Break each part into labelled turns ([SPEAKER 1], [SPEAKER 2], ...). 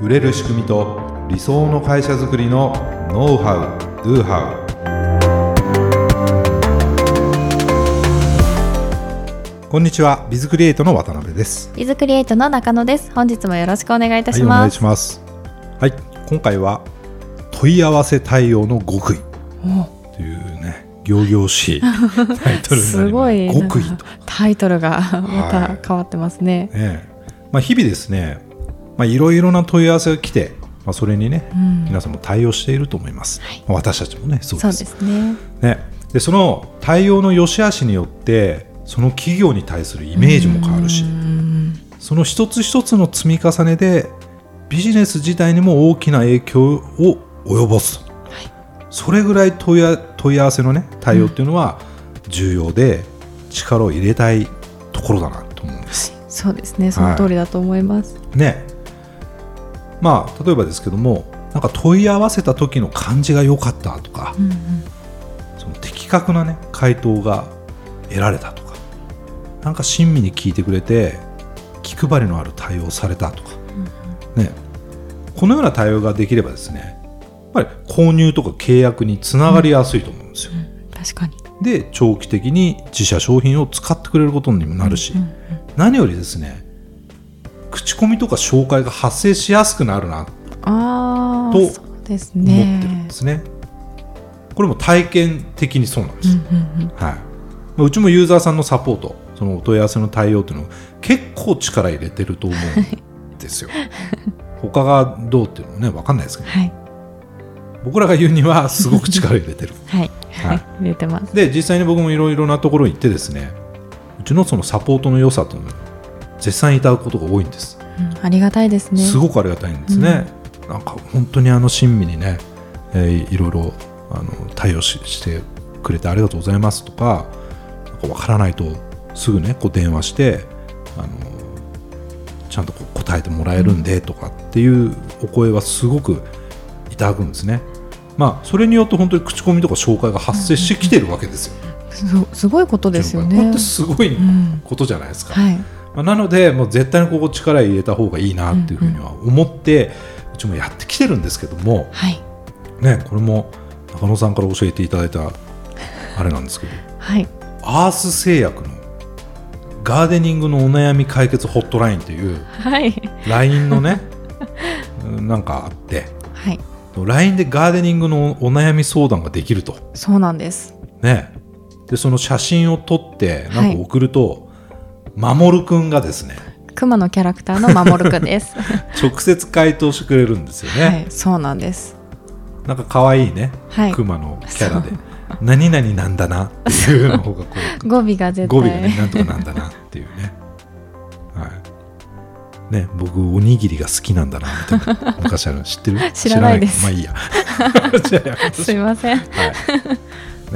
[SPEAKER 1] 売れる仕組みと理想の会社づくりのノウハウ・ドゥハウこんにちはビズクリエイトの渡辺です
[SPEAKER 2] ビズクリエイトの中野です。本日もよろしくお願いいた
[SPEAKER 1] はい
[SPEAKER 2] し
[SPEAKER 1] お願
[SPEAKER 2] ま
[SPEAKER 1] い
[SPEAKER 2] す。
[SPEAKER 1] しますはい今回は問い合わせ対応の極意というね行々しいタイトルにな
[SPEAKER 2] す
[SPEAKER 1] り
[SPEAKER 2] ごい
[SPEAKER 1] ま
[SPEAKER 2] なん
[SPEAKER 1] す
[SPEAKER 2] か
[SPEAKER 1] 極意と
[SPEAKER 2] タイトルがま
[SPEAKER 1] はい
[SPEAKER 2] た変わってますね。
[SPEAKER 1] ええまあ、日々ですねまあいろいろな問い合わせが来て、まあ、それにね、
[SPEAKER 2] うん
[SPEAKER 1] 皆さんも対応していると思います、まあ私たちもねそう
[SPEAKER 2] そう
[SPEAKER 1] で
[SPEAKER 2] ですすね。
[SPEAKER 1] ね、でその対応の良し悪しによってその企業に対するイメージも変わるしその一つ一つの積み重ねでビジネス自体にも大きな影響を及ぼす、それぐらい問い合問い合わせの、ね、対応っていうのは重要で力を入れたいところだなと思うんです。
[SPEAKER 2] そうですね。その通りだと思います。
[SPEAKER 1] ねまあ例えばですけどもなんか問い合わせた時の感じが良かったとか、
[SPEAKER 2] うんうん
[SPEAKER 1] その的確なね回答が得られたとかなんか親身に聞いてくれて気配りのある対応をされたとか、ね、このような対応ができればですねやっぱり購入とか契約につながりやすいと思うんですよ。
[SPEAKER 2] 確かに。
[SPEAKER 1] で長期的に自社商品を使ってくれることにもなるし、
[SPEAKER 2] うんうん
[SPEAKER 1] 何よりですね口コミとか紹介が発生しやすくなるなと
[SPEAKER 2] ああ、
[SPEAKER 1] と
[SPEAKER 2] そうです
[SPEAKER 1] 思ってるん
[SPEAKER 2] ね
[SPEAKER 1] で。すね。これも体験的にそうなんです。
[SPEAKER 2] うんうんうん
[SPEAKER 1] はい、まあうちもユーザーさんのサポートそのお問い合わせの対応というのを結構力入れてると思うんですよ他がどうっていうのはね分かんないですけど
[SPEAKER 2] はい
[SPEAKER 1] 僕らが言うにはすごく力入れてる
[SPEAKER 2] はい
[SPEAKER 1] は
[SPEAKER 2] はいい入れてます。
[SPEAKER 1] で実際に僕もいろいろなところに行ってですねうちのそのサポートの良さというのを絶賛いただくことが多いんです、
[SPEAKER 2] うんありがたいですね。
[SPEAKER 1] すごくありがたいんですね、なんか本当にあの親身にね、えーいろいろあの対応ししてくれてありがとうございますとかなんか分からないとすぐねこう電話してあのちゃんとこう答えてもらえるんでとかっていうお声はすごくいただくんですね。まあ、それによって本当に口コミとか紹介が発生してきてるわけですよ。
[SPEAKER 2] すすごいことですよ
[SPEAKER 1] これっ
[SPEAKER 2] ね
[SPEAKER 1] て。すごい
[SPEAKER 2] うん
[SPEAKER 1] ことじゃないですか。
[SPEAKER 2] はい。
[SPEAKER 1] まあ、なのでもう絶対にここ力入れた方がいいなっていうふうには思って、うちもやってきてるんですけども、
[SPEAKER 2] はい。
[SPEAKER 1] ね、これも中野さんから教えていただいたあれなんですけど
[SPEAKER 2] はい。
[SPEAKER 1] アース製薬のガーデニングのお悩み解決ホットラインという
[SPEAKER 2] はい。
[SPEAKER 1] LINE のね うんなんかあって
[SPEAKER 2] はい。
[SPEAKER 1] LINE でガーデニングのお悩み相談ができると。
[SPEAKER 2] そうなんです。
[SPEAKER 1] ね、でその写真を撮ってな
[SPEAKER 2] は
[SPEAKER 1] ん
[SPEAKER 2] い
[SPEAKER 1] か送ると、守くんがですね
[SPEAKER 2] 熊のキャラクターの守くんです。
[SPEAKER 1] 直接回答してくれるんですよね。
[SPEAKER 2] はい。そうなんです。
[SPEAKER 1] なんか可愛いね、
[SPEAKER 2] はい
[SPEAKER 1] クマのキャラで「何々なんだな」っていうの方がこ う
[SPEAKER 2] 語尾が絶対
[SPEAKER 1] 語尾がね「なんとかなんだな」っていうね,、はい、ね僕おにぎりが好きなんだなみたいな昔あるの知ってる
[SPEAKER 2] 知らないです
[SPEAKER 1] 知らないまあいいや じゃあやめと
[SPEAKER 2] す
[SPEAKER 1] し
[SPEAKER 2] いませ
[SPEAKER 1] は
[SPEAKER 2] ん。
[SPEAKER 1] いね、ちょ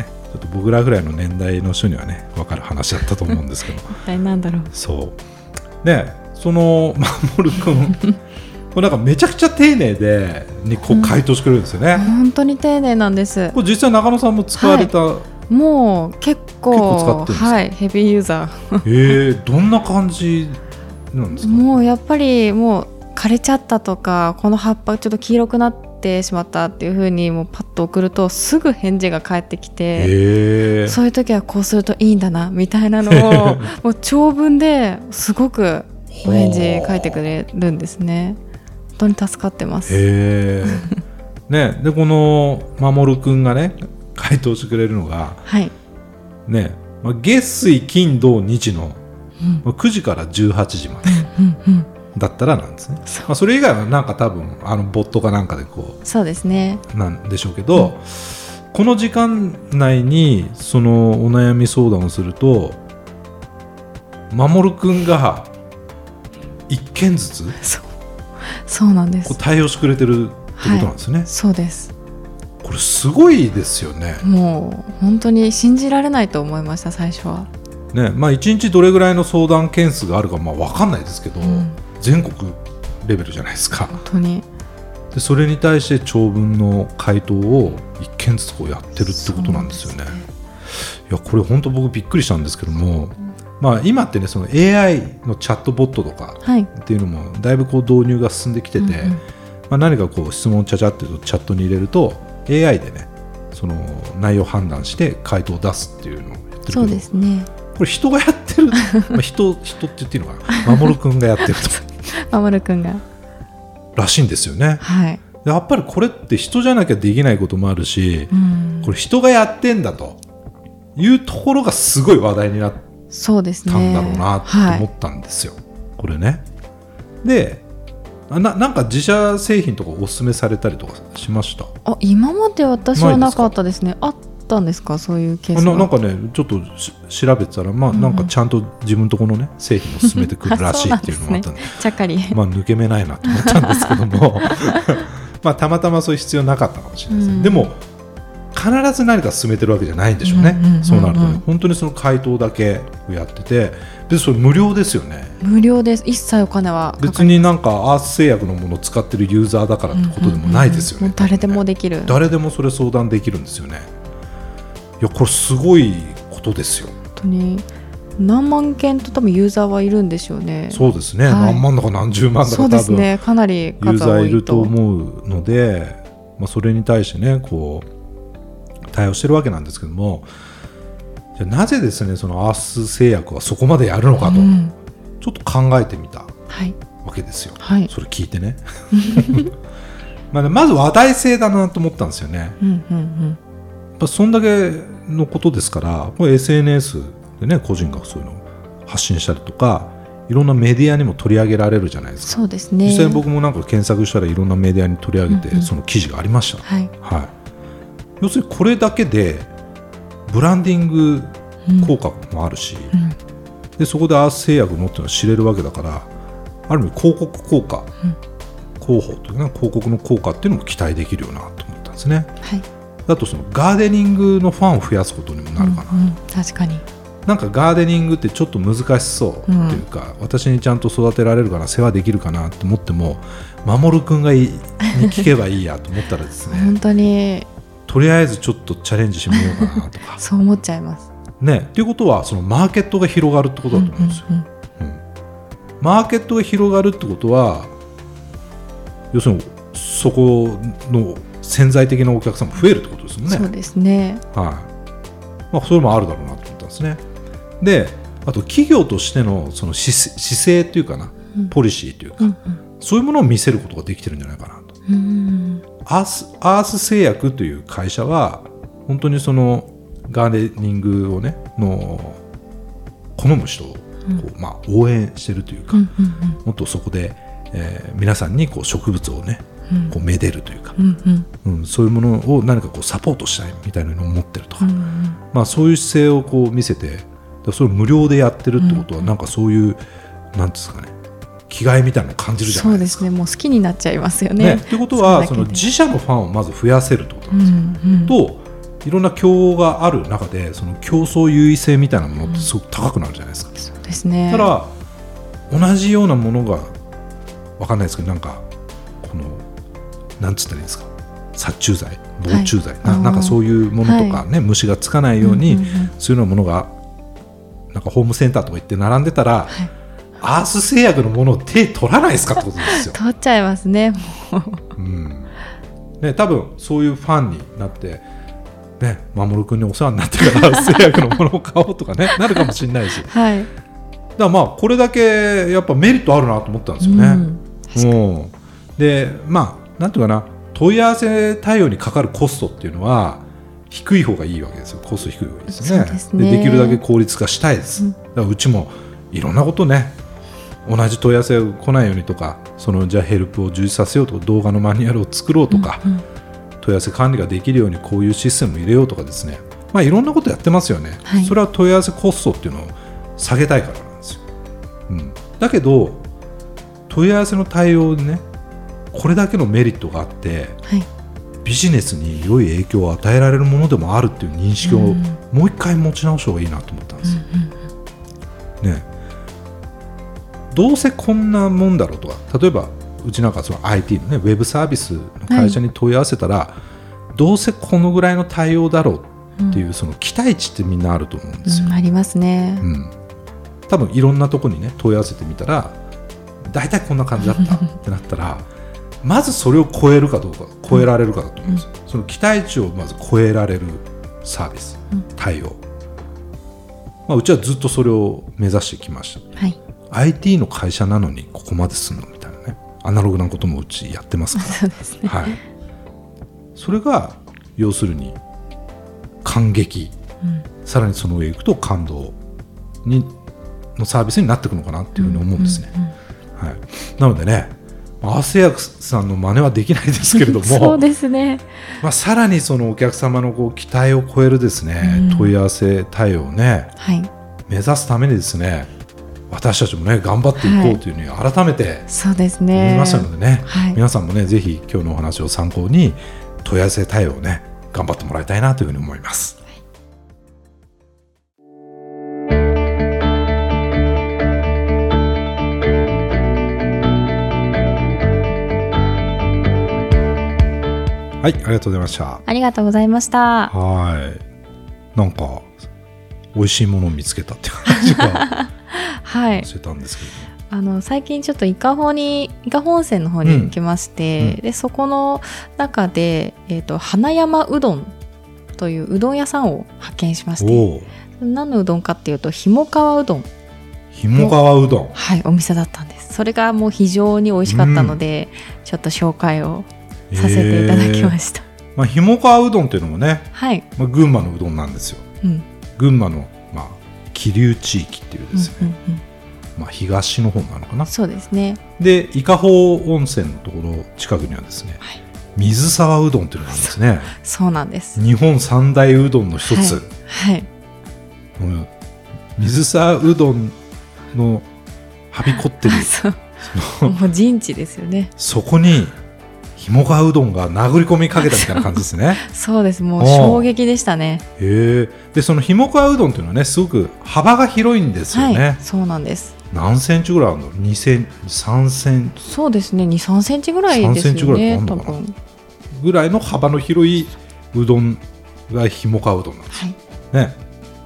[SPEAKER 1] っと僕らぐらいの年代の人にはね分かる話だったと思うんですけど
[SPEAKER 2] 一体なんだろう。
[SPEAKER 1] そうねその守君 これなんかめちゃくちゃ丁寧でにこう回答してくれるんですよね、
[SPEAKER 2] 本当に丁寧なんです
[SPEAKER 1] こ。れ実際中野さんも使われた、
[SPEAKER 2] もう結構
[SPEAKER 1] 結構使ってるんですか
[SPEAKER 2] はいヘビーユーザ
[SPEAKER 1] えー、どんな感じなんです
[SPEAKER 2] ー。
[SPEAKER 1] か
[SPEAKER 2] もうやっぱりもう枯れちゃったとかこの葉っぱちょっと黄色くなってしまったっていう風にもうパッと送るとすぐ返事が返ってきて。
[SPEAKER 1] えー、
[SPEAKER 2] そういう時はこうするといいんだなみたい なのをもう長文ですごくお返事書いてくれるんですね本当に助かってます
[SPEAKER 1] えー、ねでこの守君がね回答してくれるのが
[SPEAKER 2] はい、
[SPEAKER 1] ね、まあ、月水金土日の
[SPEAKER 2] うん
[SPEAKER 1] まあ9時から18時まで
[SPEAKER 2] うんうん、
[SPEAKER 1] だったらなんですね、
[SPEAKER 2] そ
[SPEAKER 1] まあ、それ以外はなんか多分あのボットかなんかでこ
[SPEAKER 2] そうですね
[SPEAKER 1] うなんでしょうけど、この時間内にそのお悩み相談をすると守君が1件ずつ
[SPEAKER 2] そうそうなんで
[SPEAKER 1] こう
[SPEAKER 2] す
[SPEAKER 1] 対応してくれてるってことなんですね、
[SPEAKER 2] そうです
[SPEAKER 1] これすごいですよね
[SPEAKER 2] もう本当に信じられないと思いました最初は、
[SPEAKER 1] ねまあ1日どれぐらいの相談件数があるかまあ分かんないですけど、
[SPEAKER 2] うん
[SPEAKER 1] 全国レベルじゃないですか
[SPEAKER 2] 本当に
[SPEAKER 1] でそれに対して長文の回答を1件ずつこうやってるってことなんですよね
[SPEAKER 2] そうなん
[SPEAKER 1] いやこれ本当僕びっくりしたんですけどもまあ、今ってねその AI のチャットボットとか
[SPEAKER 2] はい
[SPEAKER 1] っていうのもだいぶこう導入が進んできてて、
[SPEAKER 2] うんうん
[SPEAKER 1] まあ、何かこう質問をちゃちゃってとチャットに入れると AI でねその内容判断して回答を出すっていうのをやってるけど
[SPEAKER 2] そうですね
[SPEAKER 1] これ人がやって るまあ人人って言っていいのかな守君がやってると
[SPEAKER 2] 守君が
[SPEAKER 1] らしいんですよね
[SPEAKER 2] はい、
[SPEAKER 1] でやっぱりこれって人じゃなきゃできないこともあるし
[SPEAKER 2] うん
[SPEAKER 1] これ人がやってんだというところがすごい話題になって
[SPEAKER 2] そうですね
[SPEAKER 1] たんだろうな
[SPEAKER 2] は
[SPEAKER 1] って思
[SPEAKER 2] い、
[SPEAKER 1] ったんですよ、これね。であな、なんか自社製品とかおすすめされたりとかしました
[SPEAKER 2] あ今まで私は
[SPEAKER 1] ないで
[SPEAKER 2] な
[SPEAKER 1] すか
[SPEAKER 2] かったですねあったんですかそういうケー
[SPEAKER 1] あ
[SPEAKER 2] ス
[SPEAKER 1] な
[SPEAKER 2] が
[SPEAKER 1] なんかね、ちょっとし調べてたら、まあ、
[SPEAKER 2] うんうん
[SPEAKER 1] なんかちゃんと自分とこのね、製品を進めてくるらしいっていうのがあったんで、
[SPEAKER 2] ちゃっかり
[SPEAKER 1] まあ、抜け目ないなと思ったんですけど も、まあ、たまたまそういう必要なかったかもしれないですね。
[SPEAKER 2] うん
[SPEAKER 1] でも必ず何か進めてるわけじゃないんでしょうね、
[SPEAKER 2] うんうんうんうん
[SPEAKER 1] そうなるとね本当にその回答だけをやっててでそれ無料ですよね
[SPEAKER 2] 無料です一切お金はかか
[SPEAKER 1] 別になんかアース製薬のものを使ってるユーザーだからってことでもないですよ
[SPEAKER 2] うんうんうん
[SPEAKER 1] ね
[SPEAKER 2] もう誰でも
[SPEAKER 1] 多分ね
[SPEAKER 2] できる
[SPEAKER 1] 誰でもそれ相談できるんですよねいやこれすごいことですよ
[SPEAKER 2] 本当に何万件と多分ユーザーはいるんでしょうね
[SPEAKER 1] そうですね、
[SPEAKER 2] はい
[SPEAKER 1] 何万だか何十万だ
[SPEAKER 2] そ
[SPEAKER 1] か
[SPEAKER 2] うで
[SPEAKER 1] 多
[SPEAKER 2] す
[SPEAKER 1] 分ユ
[SPEAKER 2] ねかな
[SPEAKER 1] ー
[SPEAKER 2] り数
[SPEAKER 1] ザ
[SPEAKER 2] は多
[SPEAKER 1] ーいる
[SPEAKER 2] い
[SPEAKER 1] と
[SPEAKER 2] と
[SPEAKER 1] 思うので、まあ、それに対してねこう対応してるわけなんですけどもじゃあなぜですねそのアース製薬はそこまでやるのかと、
[SPEAKER 2] うん
[SPEAKER 1] ちょっと考えてみたわ
[SPEAKER 2] はい
[SPEAKER 1] けですよ
[SPEAKER 2] はい、
[SPEAKER 1] それ聞いてねまあねまず話題性だなと思ったんですよねや
[SPEAKER 2] うんうんうん、
[SPEAKER 1] っぱそんだけのことですからこれ SNS でね個人がそういうのを発信したりとかいろんなメディアにも取り上げられるじゃないですか、
[SPEAKER 2] そうですね
[SPEAKER 1] 実際に僕もなんか検索したらいろんなメディアに取り上げて、
[SPEAKER 2] うんうん
[SPEAKER 1] その記事がありました、
[SPEAKER 2] はい、
[SPEAKER 1] はい、要するにこれだけでブランディング
[SPEAKER 2] うん
[SPEAKER 1] 効果もあるし、
[SPEAKER 2] うん
[SPEAKER 1] でそこでアース製薬のっていうのを知れるわけだからある意味広告効果、
[SPEAKER 2] うん
[SPEAKER 1] 広報というか広告の効果っていうのも期待できるよなと思ったんですね
[SPEAKER 2] はい
[SPEAKER 1] あとそのガーデニングのファンを増やすことにもなるかな、
[SPEAKER 2] うんうん確かに
[SPEAKER 1] なんかガーデニングってちょっと難しそう
[SPEAKER 2] うん
[SPEAKER 1] っていうか、私にちゃんと育てられるかな世話できるかなと思っても守君がいいに聞けばいいやと思ったらですね
[SPEAKER 2] 本当に
[SPEAKER 1] とりあえずちょっとチャレンジしてみようかなと か
[SPEAKER 2] そう思っちゃいます
[SPEAKER 1] ねっていうことはそのマーケットが広がるってことだと思うんですよ、
[SPEAKER 2] うんうんうん
[SPEAKER 1] マーケットが広がるってことは要するにそこの潜在的なお客さんも増えるってことですもんね。
[SPEAKER 2] そうですね
[SPEAKER 1] はいまあ、それもあるだろうなと思ったんですね。であと企業としてのその姿勢姿勢というかな
[SPEAKER 2] うん
[SPEAKER 1] ポリシーというか、
[SPEAKER 2] うん
[SPEAKER 1] そういうものを見せることができてるんじゃないかなと。
[SPEAKER 2] うんうん
[SPEAKER 1] アースアース製薬という会社は本当にそのガーデニングをねの好む人をこう、まあ、応援してるというか、
[SPEAKER 2] うんうんうん
[SPEAKER 1] もっとそこで、えー皆さんにこう植物をね
[SPEAKER 2] うん
[SPEAKER 1] こうめでるというか、
[SPEAKER 2] うんうん
[SPEAKER 1] うん、そういうものを何かこうサポートしたいみたいなのを持ってるとか、
[SPEAKER 2] うんうん
[SPEAKER 1] まあ、そういう姿勢をこう見せてだからそれを無料でやってるってことは、なんかそういうなんですかね気概みたいなのを感じるじゃ
[SPEAKER 2] そ
[SPEAKER 1] ないうで
[SPEAKER 2] ですす
[SPEAKER 1] か。
[SPEAKER 2] ねもう好きになっちゃいますよ
[SPEAKER 1] ね
[SPEAKER 2] ね
[SPEAKER 1] ってことはそ
[SPEAKER 2] それだけで
[SPEAKER 1] の自社のファンをまず増やせるってこと
[SPEAKER 2] う
[SPEAKER 1] なん
[SPEAKER 2] ん
[SPEAKER 1] ですよ。
[SPEAKER 2] うん
[SPEAKER 1] といろんな競合がある中でその競争優位性みたいなものってすごく高くなるじゃないですか。
[SPEAKER 2] そうですね
[SPEAKER 1] ただ同じようなものがわかんないですけどなんかこのなんつったらいいんですか殺虫剤防虫剤、
[SPEAKER 2] あ
[SPEAKER 1] な
[SPEAKER 2] ー
[SPEAKER 1] なんかそういうものとかね、虫がつかないように、
[SPEAKER 2] うんうんうん
[SPEAKER 1] そういうようなものがなんかホームセンターとか行って並んでたら、
[SPEAKER 2] い。
[SPEAKER 1] アース製薬のものを手取らないですかってことですよ
[SPEAKER 2] 取っちゃいますね
[SPEAKER 1] うんね、多分そういうファンになって、ね、守君にお世話になってから製薬のものを買おうとかね なるかもしれないしだか
[SPEAKER 2] はい
[SPEAKER 1] らまあこれだけやっぱメリットあるなと思ったんですよ
[SPEAKER 2] う
[SPEAKER 1] ね。
[SPEAKER 2] ん
[SPEAKER 1] うん、でまあなんていうかな問い合わせ対応にかかるコストっていうのは低い方がいいわけですよコスト低い方がいいですね
[SPEAKER 2] そうですね
[SPEAKER 1] でできるだけ効率化したいです、
[SPEAKER 2] うん
[SPEAKER 1] だからうちもいろんなことね同じ問い合わせが来ないようにとかそのじゃあヘルプを充実させようとか動画のマニュアルを作ろうとか、
[SPEAKER 2] うん
[SPEAKER 1] 問い合わせ管理ができるようにこういうシステムを入れようとかですね、まあ、いろんなことやってますよね、
[SPEAKER 2] はい
[SPEAKER 1] それは問い合わせコストっていうのを下げたいからなんですよ、うん、だけど問い合わせの対応にねこれだけのメリットがあって
[SPEAKER 2] はい
[SPEAKER 1] ビジネスに良い影響を与えられるものでもあるっていう認識を
[SPEAKER 2] うん
[SPEAKER 1] もう一回持ち直した方がいいなと思ったんですよ、ねどうせこんなもんだろうとか例えばうちなんかその IT のねウェブサービスの会社に問い合わせたら、どうせこのぐらいの対応だろうっていうその期待値ってみんなあると思うんですよ、
[SPEAKER 2] うんありますね
[SPEAKER 1] うん多分いろんなとこにね問い合わせてみたら大体こんな感じだったってなったらまずそれを超えるかどうか超えられるかだと思うんですよ、その期待値をまず超えられるサービス、
[SPEAKER 2] うん
[SPEAKER 1] 対応、まあ、うちはずっとそれを目指してきました
[SPEAKER 2] はい。
[SPEAKER 1] IT の会社なのにここまですんのみたいなねアナログなこともうちやってますか
[SPEAKER 2] そうですね。
[SPEAKER 1] ら、はい、それが要するに感激
[SPEAKER 2] うん
[SPEAKER 1] さらにその上行くと感動にのサービスになっていくのかなっていうふうに思うんですね、はい、なのでね汗薬さんの真似はできないですけれど
[SPEAKER 2] そ
[SPEAKER 1] も
[SPEAKER 2] う、ですね。
[SPEAKER 1] まあ、さらにそのお客様のこう期待を超えるですね、
[SPEAKER 2] うん
[SPEAKER 1] 問い合わせ対応をね
[SPEAKER 2] はい。
[SPEAKER 1] 目指すためにですね私たちもね頑張っていこうというふうに改めて
[SPEAKER 2] そうです
[SPEAKER 1] 思
[SPEAKER 2] ね。
[SPEAKER 1] いましたのでね、
[SPEAKER 2] はい。
[SPEAKER 1] 皆さんもねぜひ今日のお話を参考に問い合わせ対応をね頑張ってもらいたいなというふうに思います。はい、ありがとうございました。
[SPEAKER 2] ありがとうございました。
[SPEAKER 1] はい。なんか美味しいものを見つけたっていう話が
[SPEAKER 2] はい。
[SPEAKER 1] してたんですけど、
[SPEAKER 2] あの最近ちょっと伊香保に伊香保温泉の方に行きまして、
[SPEAKER 1] うん
[SPEAKER 2] でそこの中で、えー、と花山うどんといううどん屋さんを発見しまして
[SPEAKER 1] おお、
[SPEAKER 2] 何のうどんかっていうとひもかわうどん、
[SPEAKER 1] ひもがわうどん。
[SPEAKER 2] はい、お店だったんですそれがもう非常に美味しかったので、ちょっと紹介をさせていただきました、
[SPEAKER 1] まあ、ひもかわうどんっていうのもね、
[SPEAKER 2] はい、
[SPEAKER 1] まあ、群馬のうどんなんですよ
[SPEAKER 2] うん
[SPEAKER 1] 群馬の、まあ、桐生地域っていうですね、
[SPEAKER 2] うんうんうん
[SPEAKER 1] まあ、東の方なのかな
[SPEAKER 2] そうですね
[SPEAKER 1] で伊香保温泉のところ近くにはですね、
[SPEAKER 2] はい
[SPEAKER 1] 水沢うどんっていうのがあるんですね
[SPEAKER 2] そうなんです
[SPEAKER 1] 日本三大うどんの一つ、
[SPEAKER 2] はい
[SPEAKER 1] うん水沢うどんのはびこってる
[SPEAKER 2] そうもう陣地ですよね
[SPEAKER 1] そこにひもがうどんが殴り込みかけたみたいな感じです ね
[SPEAKER 2] そうですも
[SPEAKER 1] お
[SPEAKER 2] う
[SPEAKER 1] う
[SPEAKER 2] 衝撃でしたね
[SPEAKER 1] へえでそのひもかわうどんっていうのはねすごく幅が広いんですよね、
[SPEAKER 2] はいそうなんです
[SPEAKER 1] 何センチぐらいあるの2セン3センチ
[SPEAKER 2] そうですね、2、3センチぐらいです
[SPEAKER 1] 3センチぐ
[SPEAKER 2] よ
[SPEAKER 1] らい
[SPEAKER 2] ね
[SPEAKER 1] あん、
[SPEAKER 2] 多
[SPEAKER 1] のかな
[SPEAKER 2] 分。
[SPEAKER 1] ぐらいの幅の広いうどんがひもかうどんなんです
[SPEAKER 2] はい、
[SPEAKER 1] ね、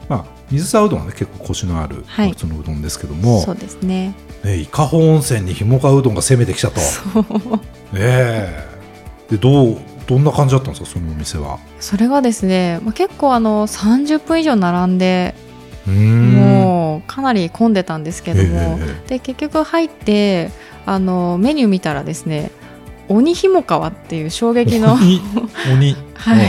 [SPEAKER 1] まあ、水沢うどんは、ね、結構コシのある
[SPEAKER 2] はい
[SPEAKER 1] 普通のうどんですけども、
[SPEAKER 2] そうですね。
[SPEAKER 1] ね、伊香保温泉にひもかうどんが攻めてきちゃった
[SPEAKER 2] そう。
[SPEAKER 1] ええでどうどんな感じだったんですかそのお店は
[SPEAKER 2] それがですね、まあ、結構あの30分以上並んで、
[SPEAKER 1] うーん
[SPEAKER 2] もうかなり混んでたんですけども、
[SPEAKER 1] え
[SPEAKER 2] で結局入ってあのメニュー見たらですね、鬼ひもかわっていう衝
[SPEAKER 1] えええ
[SPEAKER 2] 撃の、
[SPEAKER 1] 鬼鬼
[SPEAKER 2] はい、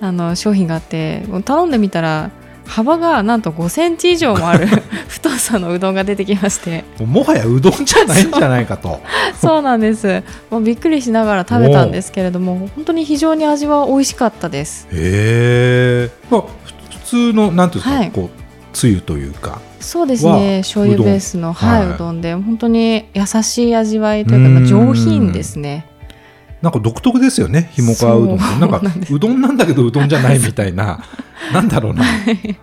[SPEAKER 2] あの商品があって、頼んでみたら。幅がなんと5センチ以上もある 太さのうどんが出てきまして
[SPEAKER 1] うんもはやうどんじゃないんじゃないかと
[SPEAKER 2] そうなんです。もうびっくりしながら食べたんですけれども、本当に非常に味は美味しかったです。
[SPEAKER 1] へえまあふ普通のなんていうんですか、
[SPEAKER 2] はい
[SPEAKER 1] こうつゆというか
[SPEAKER 2] そうです
[SPEAKER 1] わあ
[SPEAKER 2] ね。醤油ベースのはい、
[SPEAKER 1] はいう
[SPEAKER 2] どんで、本当に優しい味わいというか、ま
[SPEAKER 1] うー
[SPEAKER 2] あ
[SPEAKER 1] ん
[SPEAKER 2] 上品ですね。
[SPEAKER 1] なんか独特ですよね、ひもかわうどんって
[SPEAKER 2] そう
[SPEAKER 1] なんか
[SPEAKER 2] なんです
[SPEAKER 1] うどんなんだけどうどんじゃないみたい な、なんだろうな、い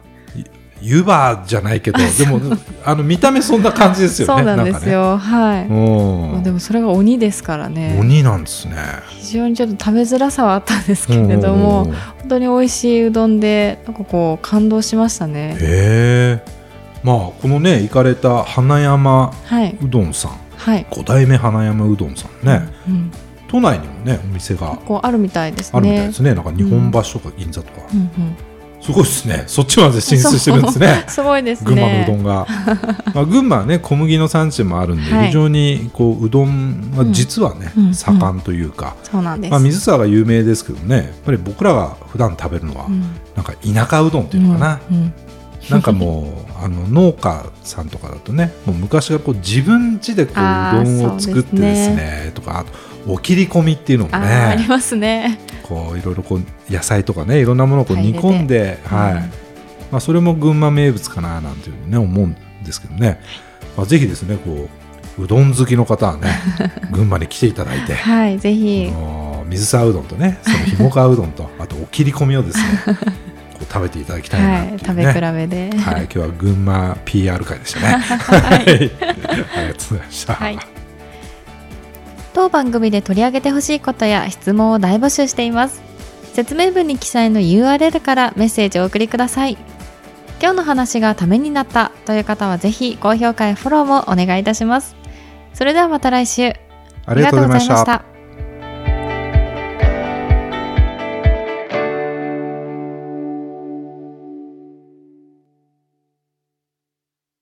[SPEAKER 1] 湯葉じゃないけど、でもあの見た目そんな感じですよ
[SPEAKER 2] そう
[SPEAKER 1] ね、
[SPEAKER 2] なんですよ。はい。
[SPEAKER 1] なんかね。うん
[SPEAKER 2] まあでもそれが鬼ですからね。
[SPEAKER 1] 鬼なんですね。
[SPEAKER 2] 非常にちょっと食べづらさはあったんですけれども、
[SPEAKER 1] うん
[SPEAKER 2] 本当に美味しいうどんで、なんかこう感動しましたね。
[SPEAKER 1] へえ。まあこのね行かれた花山
[SPEAKER 2] はいう
[SPEAKER 1] どんさん、
[SPEAKER 2] はい。
[SPEAKER 1] 五代目花山うどんさんね、
[SPEAKER 2] うん、
[SPEAKER 1] 都内にもねお店が
[SPEAKER 2] こうあるみたいですね。
[SPEAKER 1] あるみたいですね。なんか日本橋とか銀座とか、
[SPEAKER 2] うんうん、
[SPEAKER 1] すごいですね。そっちまで進出してるんですね。
[SPEAKER 2] すごいですね。
[SPEAKER 1] 群馬のうどんが、 まあ、群馬はね小麦の産地でもあるんで、
[SPEAKER 2] はい
[SPEAKER 1] 非常にこううどんは実はね、
[SPEAKER 2] うん
[SPEAKER 1] 盛んというか、
[SPEAKER 2] そうなんです。
[SPEAKER 1] まあ、水沢が有名ですけどねやっぱり僕らが普段食べるのは、
[SPEAKER 2] うん
[SPEAKER 1] なんか田舎うどんっていうのかな、
[SPEAKER 2] うんうん
[SPEAKER 1] なんかもう あの農家さんとかだとねもう昔はこう自分家でこうう
[SPEAKER 2] あー
[SPEAKER 1] どんを作って
[SPEAKER 2] そう
[SPEAKER 1] で
[SPEAKER 2] です
[SPEAKER 1] す
[SPEAKER 2] ね
[SPEAKER 1] ねとかあとお切り込みっていうのも
[SPEAKER 2] あーあり
[SPEAKER 1] ね
[SPEAKER 2] ま すね。
[SPEAKER 1] こういろいろこう野菜とかねいろんなものをこう煮込んで、はい
[SPEAKER 2] うん
[SPEAKER 1] まあ、それも群馬名物かななんていうふうにね思うんですけどね、まあ、ぜひですねこううどん好きの方は ね群馬に来ていただいて、
[SPEAKER 2] はい、ぜひ
[SPEAKER 1] あ。のー水沢うどんとねそのひもかうどんと あとお切り込みをですねこう食べていただきた
[SPEAKER 2] はい
[SPEAKER 1] なっ
[SPEAKER 2] い、
[SPEAKER 1] ていう
[SPEAKER 2] 食
[SPEAKER 1] ね、
[SPEAKER 2] べ比べで。
[SPEAKER 1] はい、今日は群馬 PR 会で したね。はい、ありがとうございました。
[SPEAKER 2] はい当番組で取り上げてほしいことや質問を大募集しています説明文に記載の URL からメッセージをお送りください今日の話がためになったという方はぜひ高評価やフォローもお願いいたしますそれではまた来週
[SPEAKER 1] ありがとうございまし
[SPEAKER 2] ありがとうございましたた